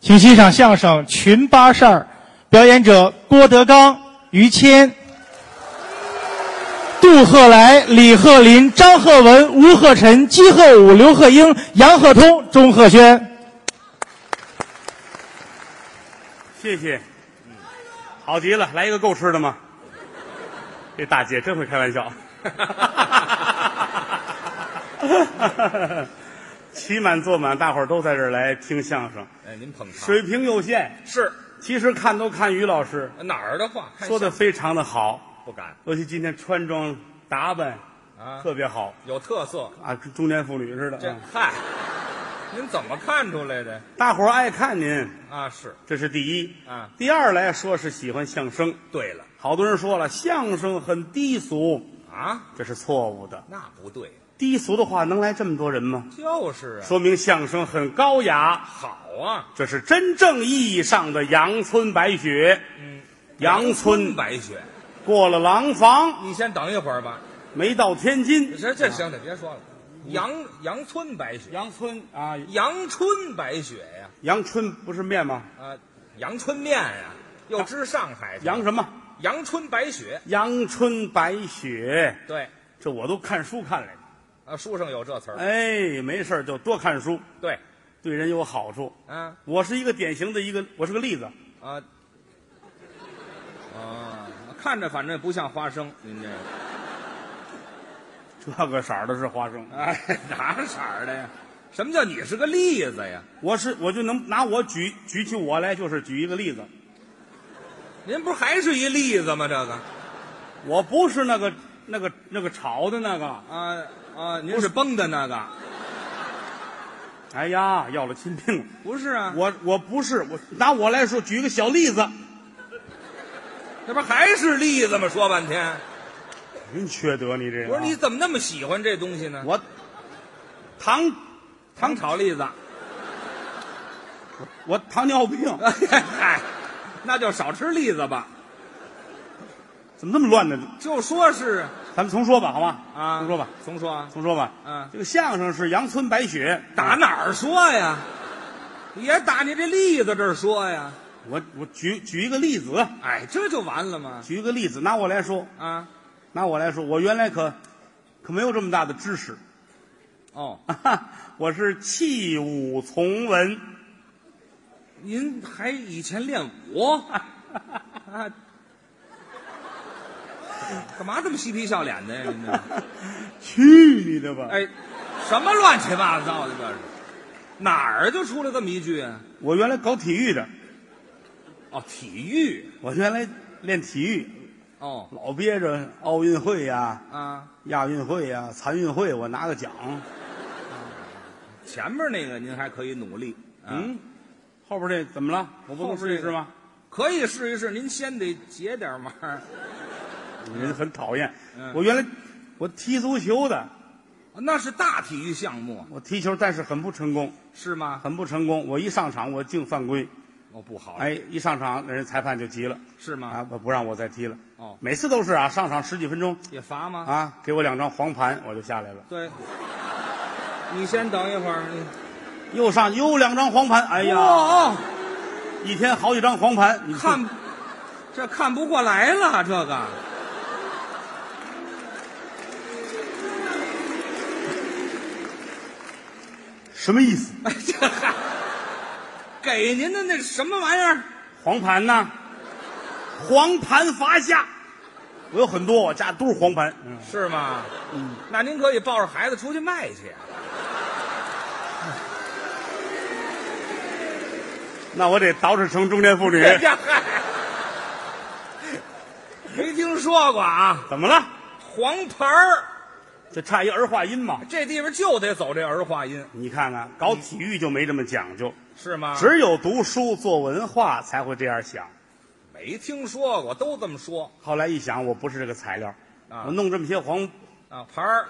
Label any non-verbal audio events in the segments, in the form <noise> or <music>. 请欣赏相声《群八扇儿》，表演者郭德纲、于谦、杜鹤来、李鹤林、张鹤文、吴鹤臣、姬鹤武、刘鹤英、杨鹤通、钟鹤轩。谢谢，嗯好极了，来一个够吃的吗？这大姐真会开玩笑。 <laughs> 起满坐满，大伙儿都在这儿来听相声，哎，您捧场水平有限。是其实看都看于老师哪儿的话？看说的相非常的好，不敢尤其今天穿装打扮啊，特别好有特色。啊，跟中年妇女似的。这啊嗨，您怎么看出来的？大伙儿爱看您，啊，是这是第一啊。第二来说是喜欢相声，对了好多人说了相声很低俗，啊，这是错误的。那不对，低俗的话能来这么多人吗？就是啊，说明相声很高雅，好啊，这是真正意义上的阳春白雪。嗯，阳春白雪。过了廊坊，你先等一会儿吧。没到天津。这这行了，别说了。阳阳春白雪，嗯阳春啊，阳春白雪呀，阳春不是面吗？啊，阳春面呀，又知上海去了阳什么？阳春白雪。阳春白雪，对，这我都看书看来的。啊，书上有这词儿。哎，没事儿就多看书，对对人有好处。啊我是一个典型的一个，我是个例子。啊啊，看着反正也不像花生，您这。这个色儿的是花生，哎，哪色儿的呀？什么叫你是个例子呀？我是我就能拿我举举起我来，就是举一个例子。您不是还是一例子吗？这个我不是那个那个那个炒的那个。啊啊，您是崩的那个？哎呀，要了亲命了！不是啊，我我不是我，拿我来说，举一个小例子。那不还是例子吗？说半天，真缺德，你这人啊我说你怎么那么喜欢这东西呢？我糖糖炒栗子， <laughs> 我糖尿病，嗨，哎那就少吃栗子吧。怎么这么乱呢？就说是咱们重说吧，好吗？啊，重说吧，，重说啊，重说吧。嗯这个相声是阳春白雪，打哪儿说呀？也打你这栗子这儿说呀？我我举举一个例子，哎，这就完了吗？举一个例子，拿我来说，啊，拿我来说，我原来可可没有这么大的知识，哦， <laughs> 我是弃武从文。您还以前练武？ <laughs> 啊，干嘛这么嬉皮笑脸的呀？您这，去你的吧！哎，什么乱七八糟的这是？哪儿就出来这么一句啊？我原来搞体育的，哦，体育，我原来练体育，哦老憋着奥运会呀、啊，亚运会呀、残运会，我拿个奖。前面那个您还可以努力，啊、，嗯，后边这怎么了？我不能试一试吗？可以试一试，您先得解点嘛。人很讨厌。嗯我原来我踢足球的，哦那是大体育项目我踢球，但是很不成功，是吗？很不成功。我一上场我净犯规，哦，不好，哎，一上场那人裁判就急了是吗？啊，我不让我再踢了。哦每次都是啊，上场十几分钟也罚吗？啊，给我两张黄盘，我就下来了。对，你先等一会儿，你。又上又两张黄盘，哎呀，哦一天好几张黄盘，你哦，看不，这看不过来了，这个 <laughs> 什么意思？哎这还给您的那什么玩意儿？黄盘呢？黄盘罚下，我有很多，我家都是黄盘。嗯，是吗？嗯，那您可以抱着孩子出去卖去。啊那我得捯饬成中年妇 <laughs> 女。这嗨，没听说过啊，怎么了？黄牌儿就差一儿化音嘛。这地方就得走这儿化音，你看看，搞体育就没这么讲究，是吗？只有读书做文化才会这样想。没听说过，都这么说后来一想，我不是这个材料，啊我弄这么些黄啊，牌儿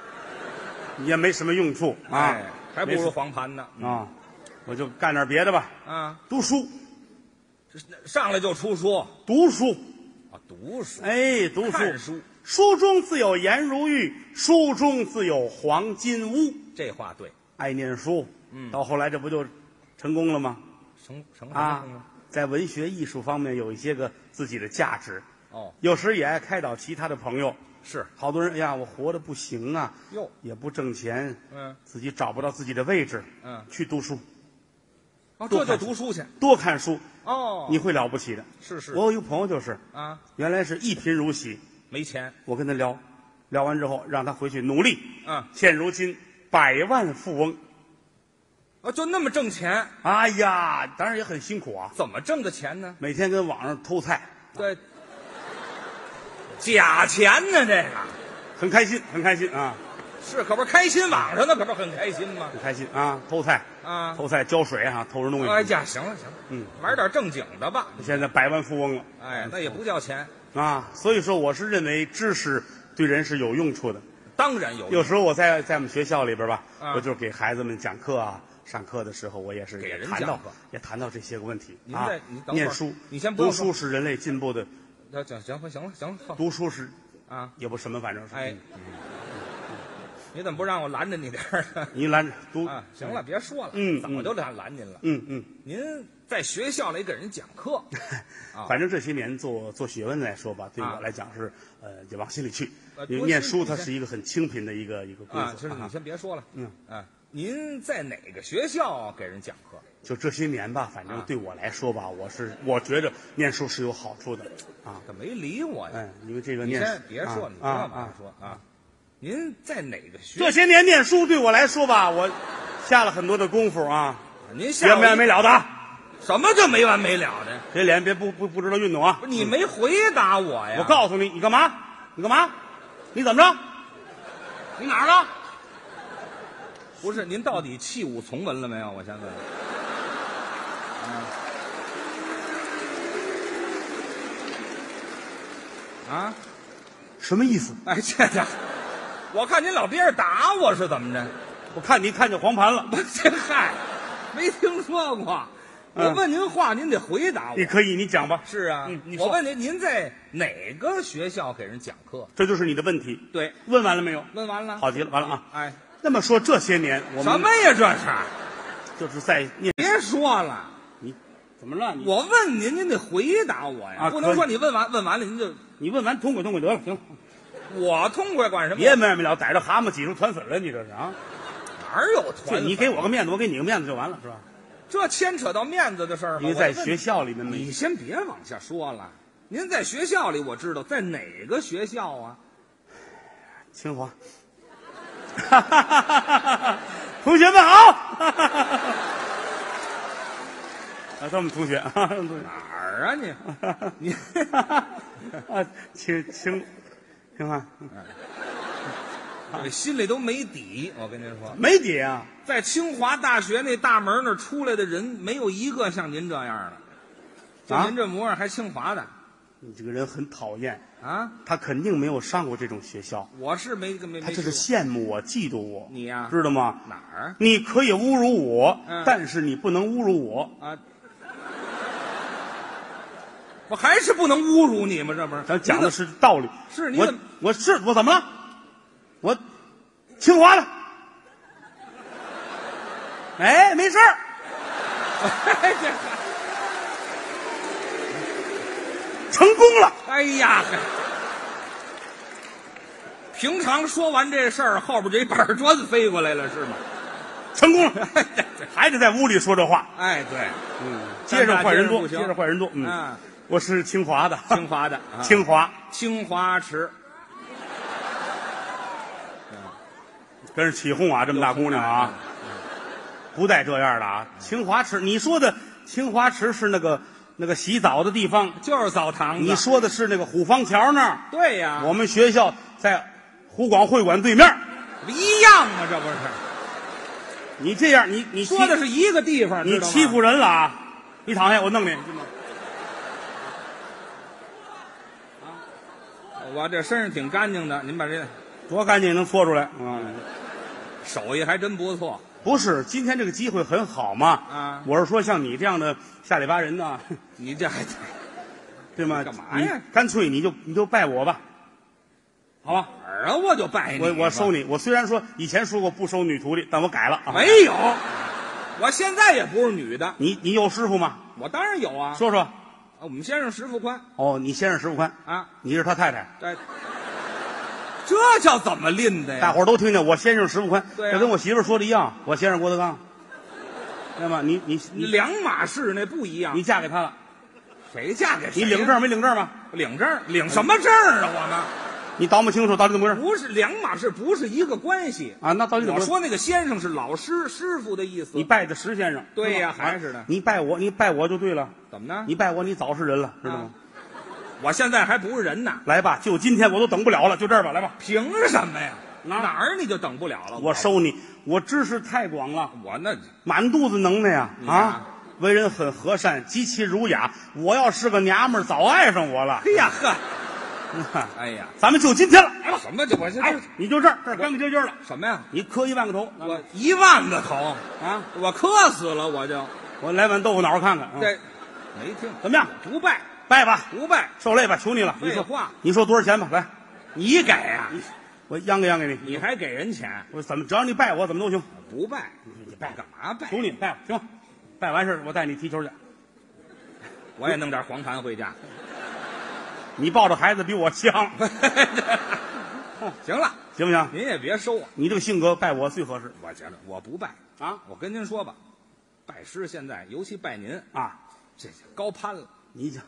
也没什么用处啊哎，还不没如事黄盘呢啊，我就干点别的吧。啊！读书，这上来就出书啊，读书，读书哎，读书，看书，书中自有颜如玉，书中自有黄金屋。这话对。爱念书，嗯，到后来这不就成功了吗？成成啊，在文学艺术方面有一些个自己的价值，哦，有时也爱开导其他的朋友。是好多人，哎呀，我活着不行啊，哟，也不挣钱，嗯自己找不到自己的位置，嗯，去读书，哦，这多就看读书去多看书，哦，你会了不起的。是是我有一个朋友就是，啊，原来是一贫如洗，没钱，我跟他聊，聊完之后让他回去努力，嗯，现如今百万富翁，啊，就那么挣钱，哎呀，当然也很辛苦啊，怎么挣的钱呢？每天跟网上偷菜，对，假钱呢，这个很开心，很开心啊，是可不是开心网上呢，可不是很开心吗？很开心啊，偷菜啊偷菜浇水啊，偷人东西，哎呀，行了行了，嗯，玩点正经的吧。现在百万富翁了哎，那嗯也不叫钱，啊，所以说我是认为知识对人是有用处的。当然有有时候我在在我们学校里边吧，啊我就是给孩子们讲课啊，上课的时候我也是给也人谈讲到课也谈到这些个问题您啊再你等会。儿念书，你先不要读说书是人类进步的，那行行行了行了好读书是啊！也不什么，反正是。嗯哎，你怎么不让我拦着你点儿呢？你拦着读啊，行了，，别说了，嗯早就拦拦您了。嗯嗯，您在学校里给人讲 <laughs> 课，啊反正这些年做做学问来说吧，对啊我来讲是呃，也往心里去呃。因为多念心书你它先是一个很清贫的一个一个工啊，作就是你啊。先别说了，嗯啊，您在哪个学校给人讲课？就这些年吧，反正啊对我来说吧，我是我觉着念书是有好处的啊。可没理我呀！嗯，因为这个你念先书别说，啊你不啊要马啊上说啊！您在哪个学这？些年念书对我来说吧，我下了很多的功夫啊，您别下午没完没了的啊，什么叫没完没了的？别脸别不不不知道运动啊不！是你没回答我呀！我告诉你，你干嘛？你干嘛？你怎么着？你哪儿了？不是您到底弃武从文了没有？我先问问。啊，什么意思？哎，这家伙，我看您老憋着打我是怎么着？我看你看见黄盘 <laughs> 了，不，这嗨，没听说过。我嗯问您话，您得回答我你。可以，你讲吧，是啊嗯你，说我问您，您在哪个学校给人讲课？这就是你的问题。对，问完了没有？问完了。好极了，完了啊！哎，那么说这些年我什们么呀？这是？就是在念别说了。你怎么了？你我问您，您得回答我呀，啊不可能以说你问完问完了您就你问完痛快痛快得了，行了，我痛快管什么？别没完没了，逮着蛤蟆挤出团粉来，你这是啊？哪儿有这团？你给我个面子，我给你个面子就完了，是吧？这牵扯到面子的事儿因吗？为我在问学，校里面没你先别往下说了。您在学校里，我知道在哪个学校啊？清华。 <laughs> 同学们好！ <laughs> 啊，他们同学啊，他们同学哪儿啊 <laughs> 你？ <laughs> 你啊，清清清华我心里都没底。我跟您说，没底啊，在清华大学那大门那儿出来的人，没有一个像您这样的。就啊您这模样，还清华的你这个人很讨厌，啊？他肯定没有上过这种学校，我是没没他没这是去过。羡慕我、嫉妒我，你呀知道吗？哪儿啊？你可以侮辱我，嗯但是你不能侮辱我。啊，我还是不能侮辱你吗？这不是咱讲的是是道理。是你我怎么我是我怎么了？我清华的。 <laughs> 哎，没事 <laughs> 儿，成功了。哎呀，平常说完这事儿，后边这板砖飞过来了是吗？成功 <laughs> 了，还得在屋里说这话。哎，对，嗯，街上坏人多，街街上不行上坏人多。嗯啊，我是清华的，清华的，啊清华清华池，跟人起哄啊，这么大姑娘啊，不带这样的啊。清华池，你说的清华池是那个那个洗澡的地方，就是澡堂子。你说的是那个虎坊桥那儿。对呀，我们学校在湖广会馆对面。一样嘛，这不是你这样，你你欺说的是一个地方，你知道吗欺负人了啊！你躺下，我弄你。我这身上挺干净的，您把这多干净，能搓出来啊！嗯手艺还真不错。不是，今天这个机会很好嘛。啊我是说像你这样的下里巴人呢，你这还对吗？干嘛呀你干脆你就你就拜我吧，好吧？哪儿啊？我就拜你，我我收你哎你。我虽然说以前说过不收女徒弟，但我改了啊。没有，我现在也不是女的，你你有师傅吗？我当然有啊。说说。啊我们先生石富宽哦，你先生石富宽，啊，你是他太太，这这叫怎么拎的大哎呀？伙儿都听见我先生石富宽，对啊这跟我媳妇儿说的一样，我先生郭德纲，对吗？你你你两码事，那不一样。你嫁给他了，谁嫁给谁你呀？领证没领证吗？领证儿领什么证儿啊？我们。你倒磨清楚到底怎么回事不是两码事，不是一个关系。啊？那到底怎么回我事？说那个先生是老师师傅的意思，你拜的石先生，对呀是吧还是的啊你拜我，你拜我就对了，怎么呢？你拜我，你早是人了，知道啊吗？我现在还不是人呢，来吧，就今天我都等不了了，就这儿吧，来吧，凭什么呀？哪哪儿你就等不了了？啊我收你，我知识太广了，我那满肚子能耐呀嗯啊！为人很和善，极其儒雅。我要是个娘们儿，早爱上我了。哎呀呵，哎呀， <laughs> 咱们就今天了，什么这我这哎这，你就这儿，这儿干干净净的，什么呀？你磕一万个头我一万个头，啊！我磕死了我就我来碗豆腐脑看看，啊这没听怎么样？不拜拜吧，不拜，受累吧，求你了。你废说话，你说多少钱吧？来，你给啊？我央给央给你。你还给人钱？我怎么只要你拜我，怎么都行。不拜你拜干嘛拜？求你拜吧，行吧，拜完事儿我带你踢球去。我也弄点黄盘回家。你抱着孩子比我 <laughs> 强，行了，行不行？您也别收我，你这个性格拜我最合适我觉着我不拜。啊我跟您说吧，拜师现在，尤其拜您，啊！这就高攀了。你瞧，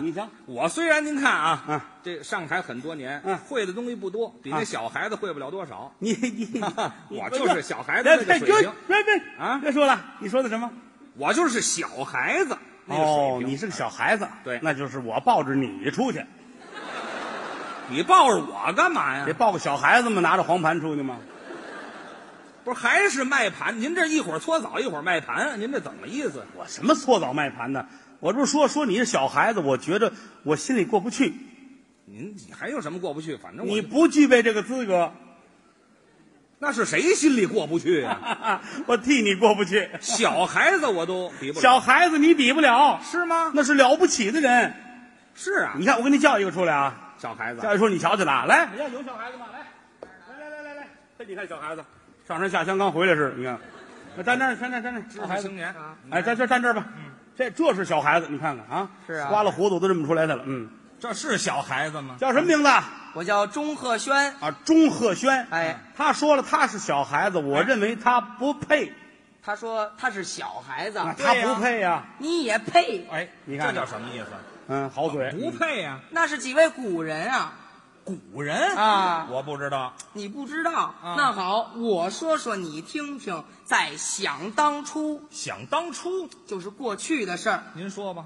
你瞧， <laughs> 我虽然您看啊，嗯这上台很多年，嗯会的东西不多，比啊那小孩子会不了多少。你你我就是小孩子别那别个别水平，别别啊别说了，你说的什么？我就是小孩子那个水哦，平。你是个小孩子，对啊那就是我抱着你出去，你抱着我干嘛得呀？抱个小孩子嘛，拿着黄盘出去吗？不是还是卖盘？您这一会儿搓澡，一会儿卖盘，您这怎么意思？我什么搓澡卖盘呢？我这不是说说你是小孩子，我觉着我心里过不去，您你还有什么过不去？反正我你不具备这个资格，那是谁心里过不去 <laughs> 呀、我替你过不去。小孩子我都比不了小孩子你比不了，是吗？那是了不起的人。是啊，你看，我给你叫一个出来啊，小孩子叫一说你瞧瞧他，来，要有小孩子吗？来，来来来来来，这你看小孩子，上山下乡刚回来似的，你看，站那儿，站那儿，站那儿，小孩孩子子青，年哎，站这站这儿吧，这这是小孩子，你看看啊，是啊刮了胡子我都认不出来他了，嗯，这是小孩子吗？叫什么名字啊？我叫钟鹤轩，啊，钟鹤轩，嗯哎，他说了他是小孩子，我认为他不配，他说他是小孩子，啊他不配呀，你也配？哎，你看这叫什么意思？嗯，好嘴，不配呀、那是几位古人啊嗯古人，啊！我不知道。你不知道？啊那好，我说说你听听，在想当初，想当初，就是过去的事儿。您说吧。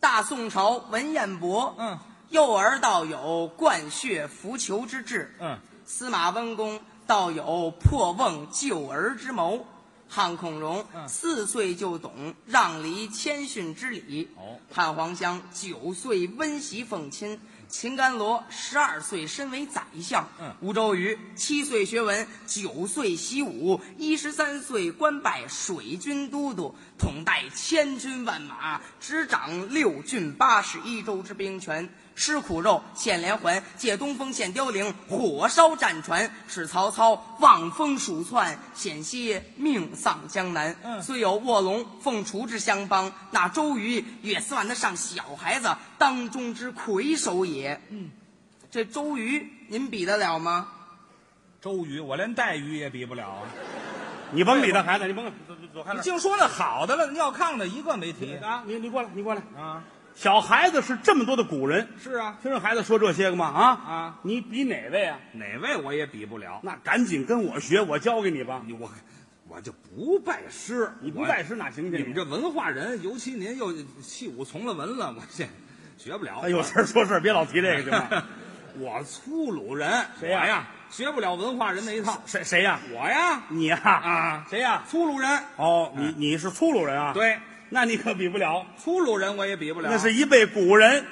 大宋朝文彦博，嗯，幼而道有灌血扶裘之志，嗯，司马温公道有破瓮救儿之谋，汉孔融、嗯四岁就懂让梨谦逊之礼，哦，汉黄香九岁温习奉亲，秦甘罗十二岁身为宰相，嗯吴周瑜七岁学文，九岁习武，一十三岁官拜水军都督，统带千军万马，执掌六郡八十一州之兵权。吃苦肉，献连环，借东风献凋零，火烧战船，使曹操望风鼠窜，险些命丧江南。嗯虽有卧龙凤雏之相帮，那周瑜也算得上小孩子当中之魁首也。嗯，这周瑜您比得了吗？周瑜，我连带鱼也比不了嗯啊！你甭理他孩子，你甭走走走开你了净说那好的了，尿炕的一个没提啊，你你过来，你过来，啊！小孩子是这么多的古人，是啊，听着孩子说这些个吗？啊啊，你比哪位啊？哪位我也比不了。那赶紧跟我学，我教给你吧。你哎我我就不拜师，你不我拜师哪行去？你们这文化人，尤其您又弃武从了文了，我这学不了。哎，有事儿说事儿，别老提这个行吗？ <laughs> 我粗鲁人，谁呀我呀？学不了文化人那一套。谁谁呀？我呀，你呀？啊谁呀？粗鲁人，哦，你你是粗鲁人啊？，对，啊那你可比不了，粗鲁人我也比不了。那是一辈古人。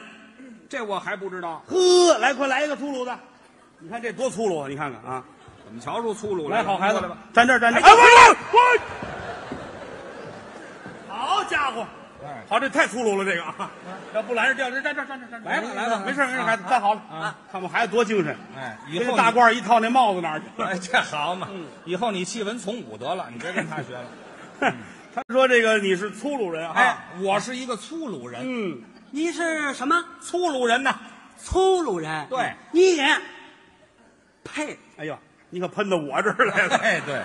这我还不知道，呵，来，快来一个粗鲁的，你看这多粗鲁啊！你看看啊，怎么瞧出粗鲁来来，了？好孩子哎过来吧，，站这儿，站这儿。哎哎，喂喂，好家伙！哎，嗯好，这太粗鲁了，这个啊，要不拦着掉，这站这儿站这儿站这儿哎来吧来吧没事没事，孩子站好了啊，看我孩子多精神，哎，以跟后这你大，哎嗯褂一套，那帽子哪儿去了？哎，这好嘛，以后你弃文从武得了，你别跟他学了。 <laughs> 他说这个你是粗鲁人啊，哎，我是一个粗鲁人，嗯，您是什么粗鲁人呐，粗鲁人？对，你也配？哎呦，你可喷到我这儿 <laughs> 来了， <laughs> 哎对，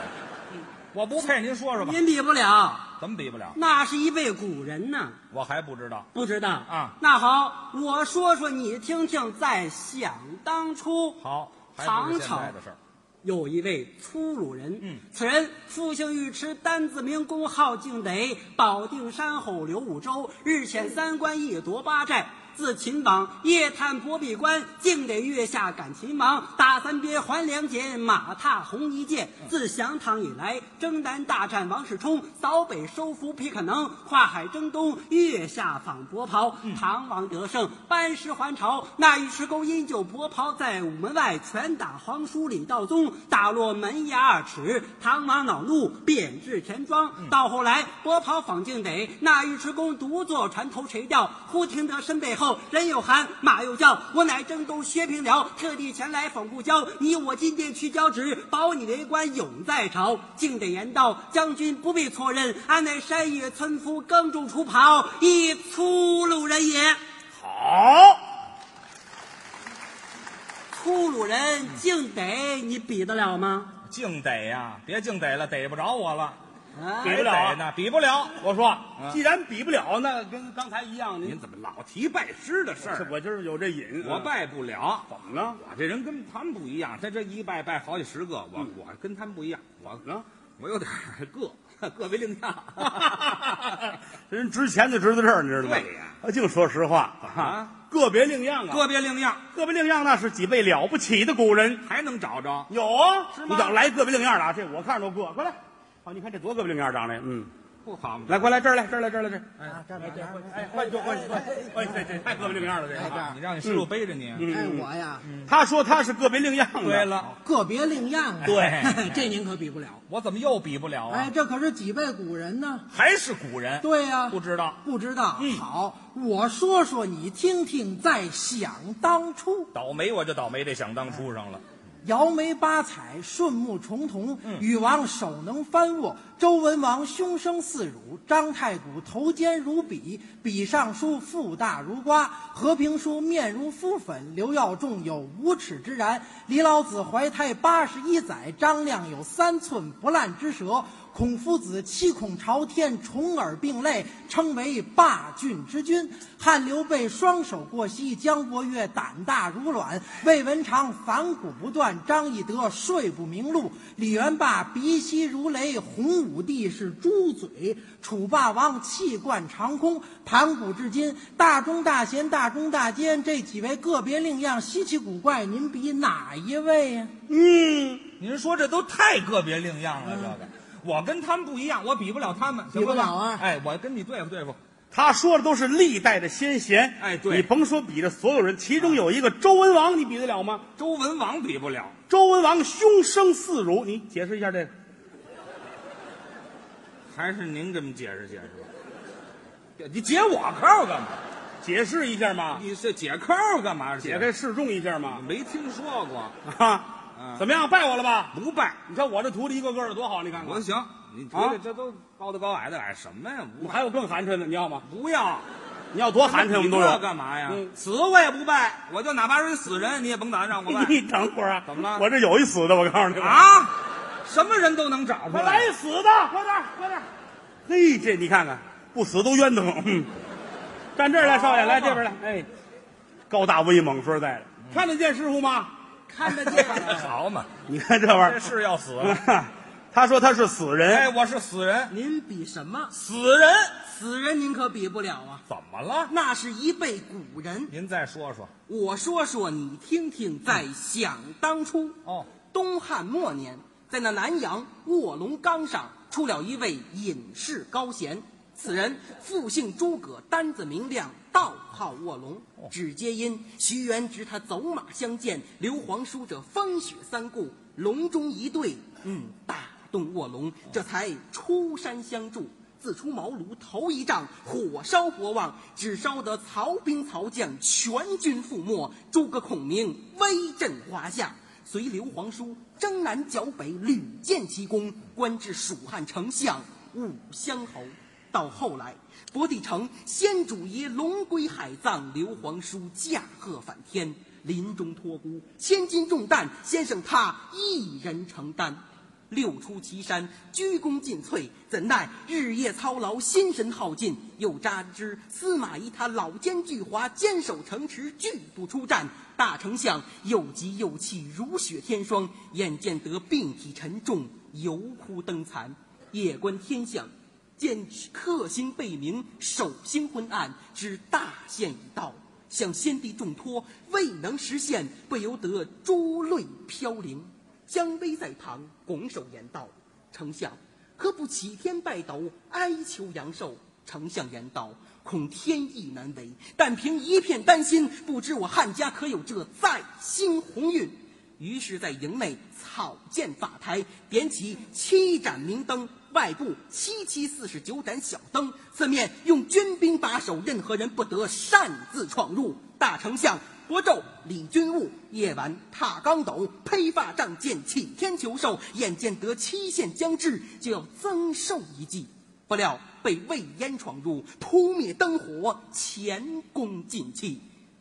我不配，您说说吧，您比不了，怎么比不了？那是一位古人呢。我还不知道，不知道啊那好，我说说你听听，在想当初，好，还不唐是现朝在的事儿，有一位粗鲁人，嗯，此人复姓尉迟，单字明公，号敬德，保定山后刘五州，日遣三关夜夺八寨。自秦王夜探薄壁关，竟得月下赶秦王，打三鞭，还良节，马踏红泥涧。自降唐以来，征南大战王世充，扫北收服皮可能，跨海征东，月下访伯袍。唐王得胜，班师还朝。那尉迟勾因就伯袍在午门外拳打皇叔李道宗，打落门牙二尺。唐王恼怒，贬至田庄。到后来，伯袍访境得，那尉迟恭独坐船头垂钓，忽听得身背后人有喊，马又叫，我乃征都薛平辽，特地前来访故交。你我今殿去交旨，保你为官永在朝。竟得言道：将军不必错认，安乃山野村夫，耕种除袍，一粗鲁人也。好，粗鲁人竟得，你比得了吗？净逮呀，别净逮了，逮不着我了，啊哎比不了啊还逮呢，比不了。我说，啊既然比不了，那跟刚才一样，您您怎么老提拜师的事是儿？啊我就是有这瘾，我拜不嗯了，怎么了？我这人跟他们不一样，他这一拜拜好几十个，我、我跟他们不一样，我啊，我有点儿个个别另 <laughs> 样。 <laughs> 人值钱就值在这儿，你知道吗？对呀他净说实话啊，个别另样啊，个别另样，个别另样那是几位了不起的古人，还能找着？有啊，是你吗找来个别另样的啊，这我看着都个，过来，好，你看这多个别另样长得，嗯，不好吗？来，快来这儿来，这儿来，这儿来，这儿，哎，这儿来，这儿来，哎，换就换，换换这这太个别另样了，这个啊。哎你让你师傅背着你。嗯哎，我呀，他说他是个别另样的，对，了，个别另样啊。对 <laughs> 这您可比不了。我怎么又比不了啊？哎，这可是几位古人呢？还是古人，对呀、不知道不知道。嗯好，我说说你听听，在想当初。倒霉，我就倒霉这想当初上了。摇眉八彩，顺目重瞳。禹王手能翻握，周文王胸生似乳，张太古头尖如笔，笔上书腹大如瓜，和平书面如敷粉，刘耀仲有五尺之髯，李老子怀胎八十一载，张亮有三寸不烂之舌。孔夫子七孔朝天，重耳并类，称为霸郡之君。汉刘备双手过膝，江伯岳胆大如卵，魏文长反骨不断，张翼德睡不明路，李元霸鼻息如雷，洪武帝是猪嘴，楚霸王气贯长空，盘古至今，大忠大贤、大忠大奸这几位个别另样、稀奇古怪，您比哪一位呀、您说这都太个别另样了，这个我跟他们不一样，我嗯比不了他们，行比不了啊哎，我跟你对付对付，他说的都是历代的先贤，哎对你甭说比这所有人，其中有一个周文王，你比得了吗？周文王比不了，周文王胸生似乳，你解释一下这个，还是您给我们解释解释吧。你解我扣干嘛？解释一下嘛，你这解扣干嘛？解开示众一下嘛，没听说过，啊嗯，怎么样，拜我了吧？不拜你看我这徒弟一个个的多好，你看我看，行。你觉得这都高的高矮的矮什么呀？我还有更寒碜的，你要吗？不不要，你要多寒碜，我们都你这有。干嘛呀嗯？死我也不拜，我就哪怕是死人，你也甭打算 <laughs> 让我 <laughs> 拜你等会儿啊，怎么了我这有一死的，我告诉你，啊！什么人都能找出快来一死的，快点儿，快点儿！嘿，这你看看，不死都冤得慌。嗯 <laughs> 站这儿来，少爷，来这 <laughs> 边来。哎，高大威猛，说实在的，看得见师傅吗？看得见 <laughs> <laughs> 好嘛，嗯你看这玩这意是要死。儿， <laughs> 他说他是死哎，人，我是死人，您比什么？死人死人您可比不了啊，怎么了？那是一辈古人。您再说说。我说说你听听，在想当初，哦，东汉末年，在那南阳卧龙岗上出了一位隐士高贤，此人复姓诸葛，单字明亮，道号卧龙，只皆因徐元直他走马相见，刘皇叔者风雪三顾，龙中一对，嗯，大动卧龙，这才出山相助。自出茅庐头一丈，火烧博望，只烧得曹兵曹将全军覆没。诸葛孔明威震华夏，随刘皇叔征南剿北，屡建奇功，官至蜀汉丞相。五乡侯。到后来，博帝城先主爷龙归海葬，刘皇叔驾鹤返天，临终托孤，千斤重担先生他一人承担。六出祁山，鞠躬尽瘁，怎奈日夜操劳，心神耗尽。又扎知司马懿他老奸巨猾，坚守城池，拒不出战。大丞相又急又气，如雪天霜，眼见得病体沉重，犹哭灯残。夜观天象，见克星被明，首星昏暗，知大限已到，向先帝重托，未能实现，不由得珠泪飘零。姜维在旁拱手言道：“丞相，可不起天拜斗，哀求阳寿？”丞相言道：“恐天意难违，但凭一片丹心，不知我汉家可有这再兴鸿运。”于是，在营内草建法台，点起七盏明灯，外部七七四十九盏小灯，四面用军兵把守，任何人不得擅自闯入。大丞相博昼理军务，夜晚踏钢斗，披发仗剑，起天求寿。眼见得期限将至，就要增寿一计，不料被魏延闯入，扑灭灯火，前功尽弃。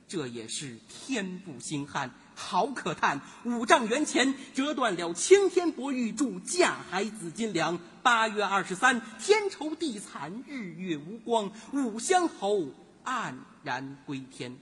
这也是天不兴汉，好可叹！五丈原前折断了青天白玉柱，架海紫金梁。八月二十三，天愁地惨，日月无光，五乡侯黯然归天。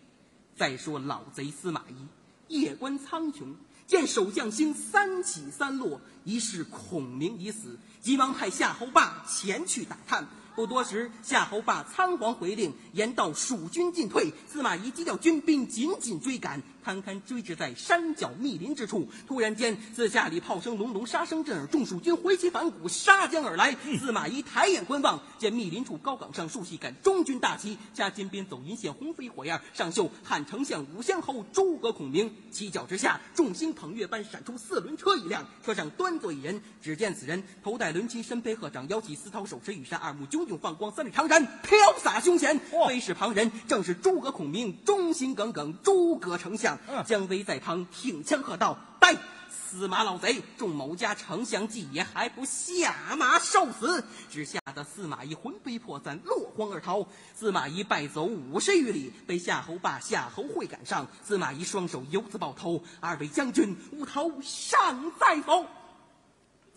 再说老贼司马懿，夜观苍穹，见守将星三起三落，疑是孔明已死，急忙派夏侯霸前去打探。不多时，夏侯霸仓皇回令，言道蜀军进退。司马懿急调军兵紧紧追赶，堪堪追至在山脚密林之处。突然间，自下里炮声隆隆，杀声震耳，众蜀军回旗反鼓，杀将而来。司马懿抬眼观望，见密林处高岗上竖起杆中军大旗，加金边走银线，红飞火焰，上绣汉丞相武乡侯诸葛孔明。旗角之下，众星捧月般闪出四轮车一辆，车上端坐一人。只见此人头戴纶巾，身披鹤氅，腰系丝绦，手持羽扇，二目炯炯放光，三绺长髯飘洒胸前，非是旁人，正是诸葛孔明，忠心耿耿诸葛丞相。姜维在旁挺枪喝道：“呆！”司马老贼中某家丞相计也，还不下马受死！只吓得司马懿魂飞魄散，落荒而逃。司马懿败走五十余里，被夏侯霸、夏侯会赶上。司马懿双手游子抱头，二位将军，吾头尚在否？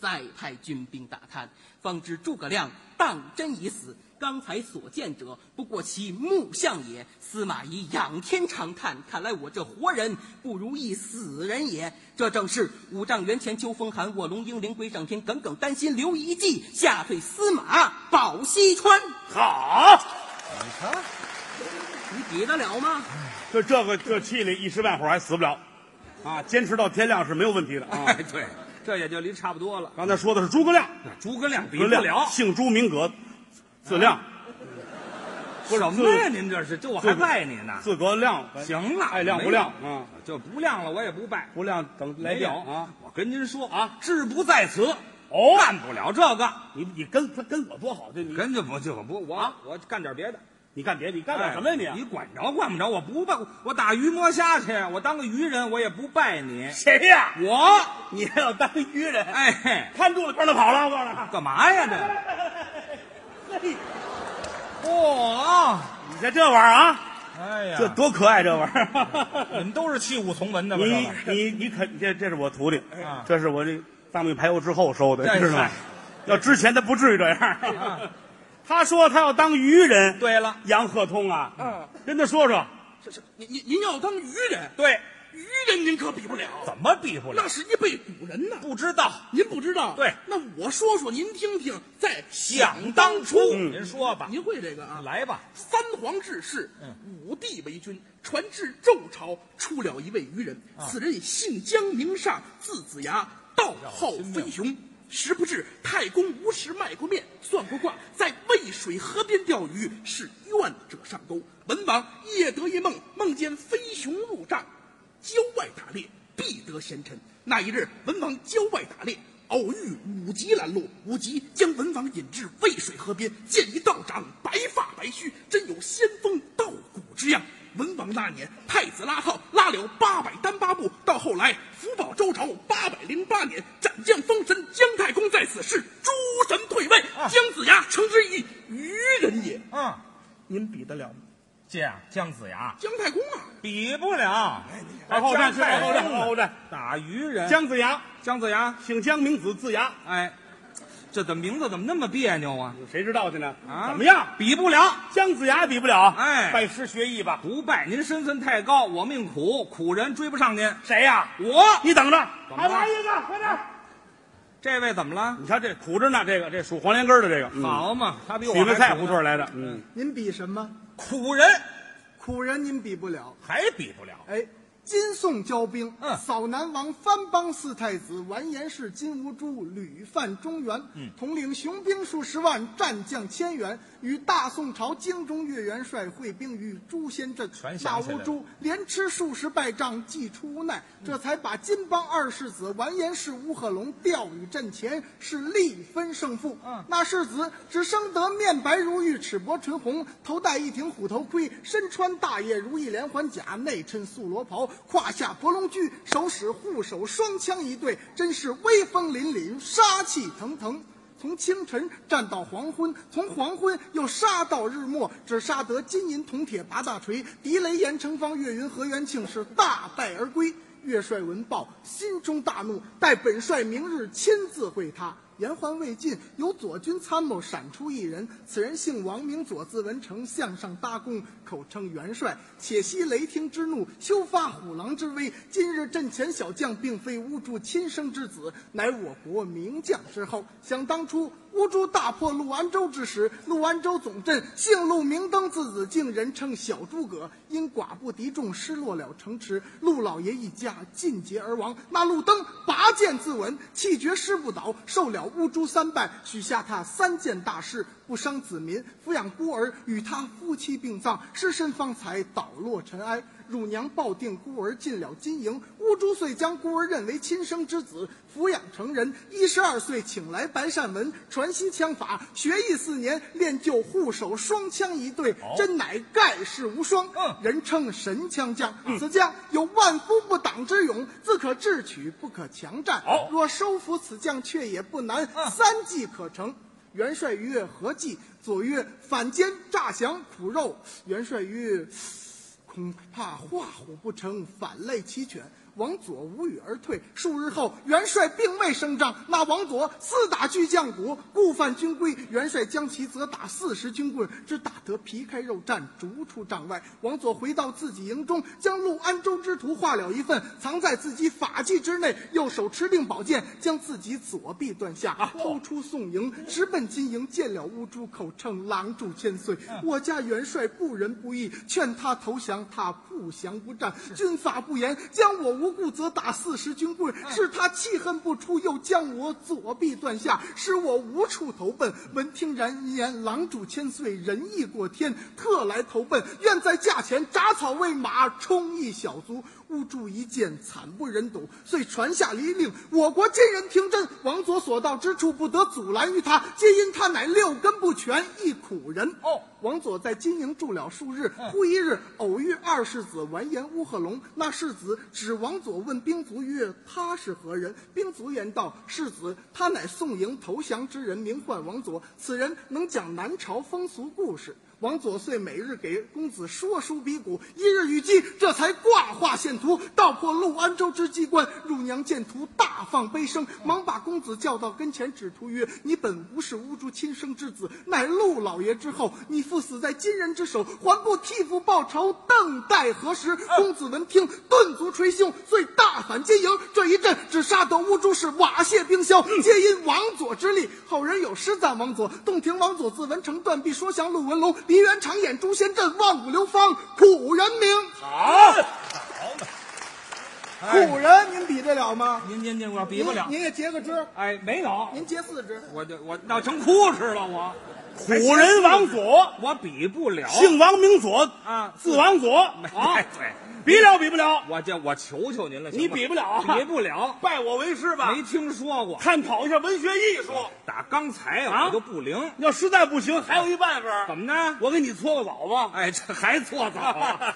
再派军兵打探，方知诸葛亮当真已死。刚才所见者，不过其木相也。司马懿仰天长叹，看来我这活人不如一死人也。这正是五丈原前秋风寒，卧龙英灵归上天。耿耿丹心留一计，吓退司马保西川。好，你比得了吗？就这个这气力，一时半会儿还死不了，啊，坚持到天亮是没有问题的啊。哎，对，这也就离差不多了。刚才说的是诸葛亮，诸葛亮比诸不葛亮了，姓朱名葛，字亮，什么呀？您这是，这我还拜你呢。哎字格亮，行了，爱亮不没亮啊？就不亮了，我也不拜。不亮等来没有电啊！！我跟您说啊，志不在此，哦干不了这个。你你跟他跟我多好，这你跟着不就不我我干点别的，你干别的，你干点什么呀哎你？啊你管着管不着，我不拜，我打鱼摸虾去，我当个渔人，我也不拜你。谁呀？我你还要当渔人？哎，嘿看住了，看着跑了，我告诉你。干嘛呀这？嚯！你瞧这玩意儿啊，哎呀这多可爱，这玩意儿。你们都是弃武从文的吧？你你你肯这这是我徒弟啊，这是我这大米排油之后收的，哎知道吗嗨？啊要之前他不至于这样。 <laughs> 他说他要当渔人，对了，杨鹤通啊，嗯，跟他说说，这是您您您要当渔人，对，渔人您可比不了，怎么比不了？那是一辈古人呐。哦不知道，您不知道？对那我说说您听听。在想当初，您说吧，您会这个啊？来吧，三皇治世，嗯五帝为君，传至纣朝，出了一位渔人，啊此人姓姜名尚，字子牙，道号飞熊。时不至，太公无时卖过面，算过卦，在渭水河边钓鱼，是愿者上钩。文王夜得一梦，梦见飞熊入帐，郊外打猎，必得贤臣。那一日，文王郊外打猎，偶遇武吉拦路，武吉将文王引至渭水河边，见一道长，白发白须，真有仙风道骨之样。文王那年，太子拉套拉了八百单八部，到后来福保周朝八百零八年，斩将封神，姜太公在此是诸神退位，姜子牙。比得了吗？这样，姜子牙姜太公啊，比不了。往后站，往后站，往后后站。打渔人，姜子牙，姜子牙，姓姜，名子，字牙，哎，这的名字怎么那么别扭啊？谁知道去呢？啊，怎么样？比不了，姜子牙比不了，哎拜师学艺吧。不拜您身份太高，我命苦，苦人追不上您。谁呀？我，你等着，怎么还了来一个，快点儿！这位怎么了？你瞧这苦着呢，这个这数黄连根儿的这个，好嘛，他比我许嗯还文菜苦胡呢同来的，嗯，您比什么？苦人苦人您比不了。还比不了。哎，金宋交兵，嗯扫南王藩邦四太子完颜氏、金兀术屡犯中原，统领雄兵数十万，战将千员，与大宋朝京中岳元帅会兵于诛仙阵全，大想起来乌了珠连吃数十败仗，既出无奈，这才把金邦二世子完颜氏、乌合龙调于阵前，是力分胜负。那世子只生得面白如玉，齿薄唇红，头戴一顶虎头盔，身穿大叶如意连环甲，内衬素罗袍，胯下博龙驹，手使护手双枪一对，真是威风凛凛，杀气腾腾。从清晨战到黄昏，从黄昏又杀到日末，只杀得金银铜铁八大锤，狄雷、严成方、岳云、何元庆是大败而归。岳帅闻报，心中大怒，待本帅明日亲自会他。言还未尽，由左军参谋闪出一人，此人姓王，名左，字文成，向上搭弓，口称元帅。且息雷霆之怒，休发虎狼之威。今日阵前小将，并非乌珠亲生之子，乃我国名将之后。想当初，乌珠大破陆安州之时，陆安州总镇姓陆名登，字子敬，人称小诸葛。因寡不敌众，失落了城池，陆老爷一家尽节而亡。那陆登拔剑自刎，气绝师不倒，受了乌珠三拜，许下他三件大事：不伤子民，抚养孤儿，与他夫妻并葬，尸身方才倒落尘埃。乳娘抱定孤儿进了金营，乌珠遂将孤儿认为亲生之子，抚养成人。一十二岁请来白善文，传习枪法，学艺四年，练就护手双枪一对，真乃盖世无双，人称神枪将。此将有万夫不挡之勇，自可智取，不可强战。若收服此将，却也不难，三计可成。元帅于越合计，左曰反间诈降苦肉，元帅于越恐怕画虎不成，反类其犬。王佐无语而退。数日后，元帅并未升帐，那王佐四打巨将鼓，故犯军规。元帅将其责打四十军棍，只打得皮开肉绽，逐出帐外。王佐回到自己营中，将陆安州之图画了一份，藏在自己法器之内，右手持定宝剑，将自己左臂断下，偷出宋营，直奔金营，见了乌珠，口称狼主千岁。我家元帅不仁不义，劝他投降，他不降不战，军法不严，将我无故责打四十军棍，是他气恨不出，又将我左臂断下，使我无处投奔。闻听然言，狼主千岁仁义过天，特来投奔，愿在驾前铡草喂马，充一小卒。乌珠一见，惨不忍睹，遂传下黎令：我国金人听真，王佐所到之处，不得阻拦于他，皆因他乃六根不全，一苦人。哦王佐在金营住了数日，忽一日偶遇二世子完颜乌合龙。那世子指王佐问兵卒曰：“他是何人？”兵卒言道：“世子，他乃宋营投降之人，名唤王佐。此人能讲南朝风俗故事。”王佐遂每日给公子说书比古，一日与鸡，这才挂画献图，道破陆安州之机关。入娘见图，大放悲声，忙把公子叫到跟前，指图曰：“你本无是乌珠亲生之子，乃陆老爷之后，你父死在金人之手，还不替父报仇，等待何啊时？”公子闻听，顿足捶胸，遂大反金营。这一阵只杀得乌珠是瓦屑冰消，嗯皆因王佐之力。后人有诗赞王佐：“洞庭王佐，字文成，断臂说降陆文龙，梨园长眼诛仙阵，万古流哎芳苦人名。”苦人您比得了吗？您您您我比不了您，您也截个肢，哎，没有，您截四肢。我就我闹成哭哧了，我哎古人王佐，我比不了。姓王名佐，啊字王 <laughs> 佐啊哎，，对，比了比不了，我这我求求您了，你行吗比不了啊比不了，拜我为师吧没，听说过。探讨一下文学艺术。打刚才啊我就不灵，要实在不行，还有一办法，怎么呢？我给你搓个澡吧。哎，这还搓澡啊？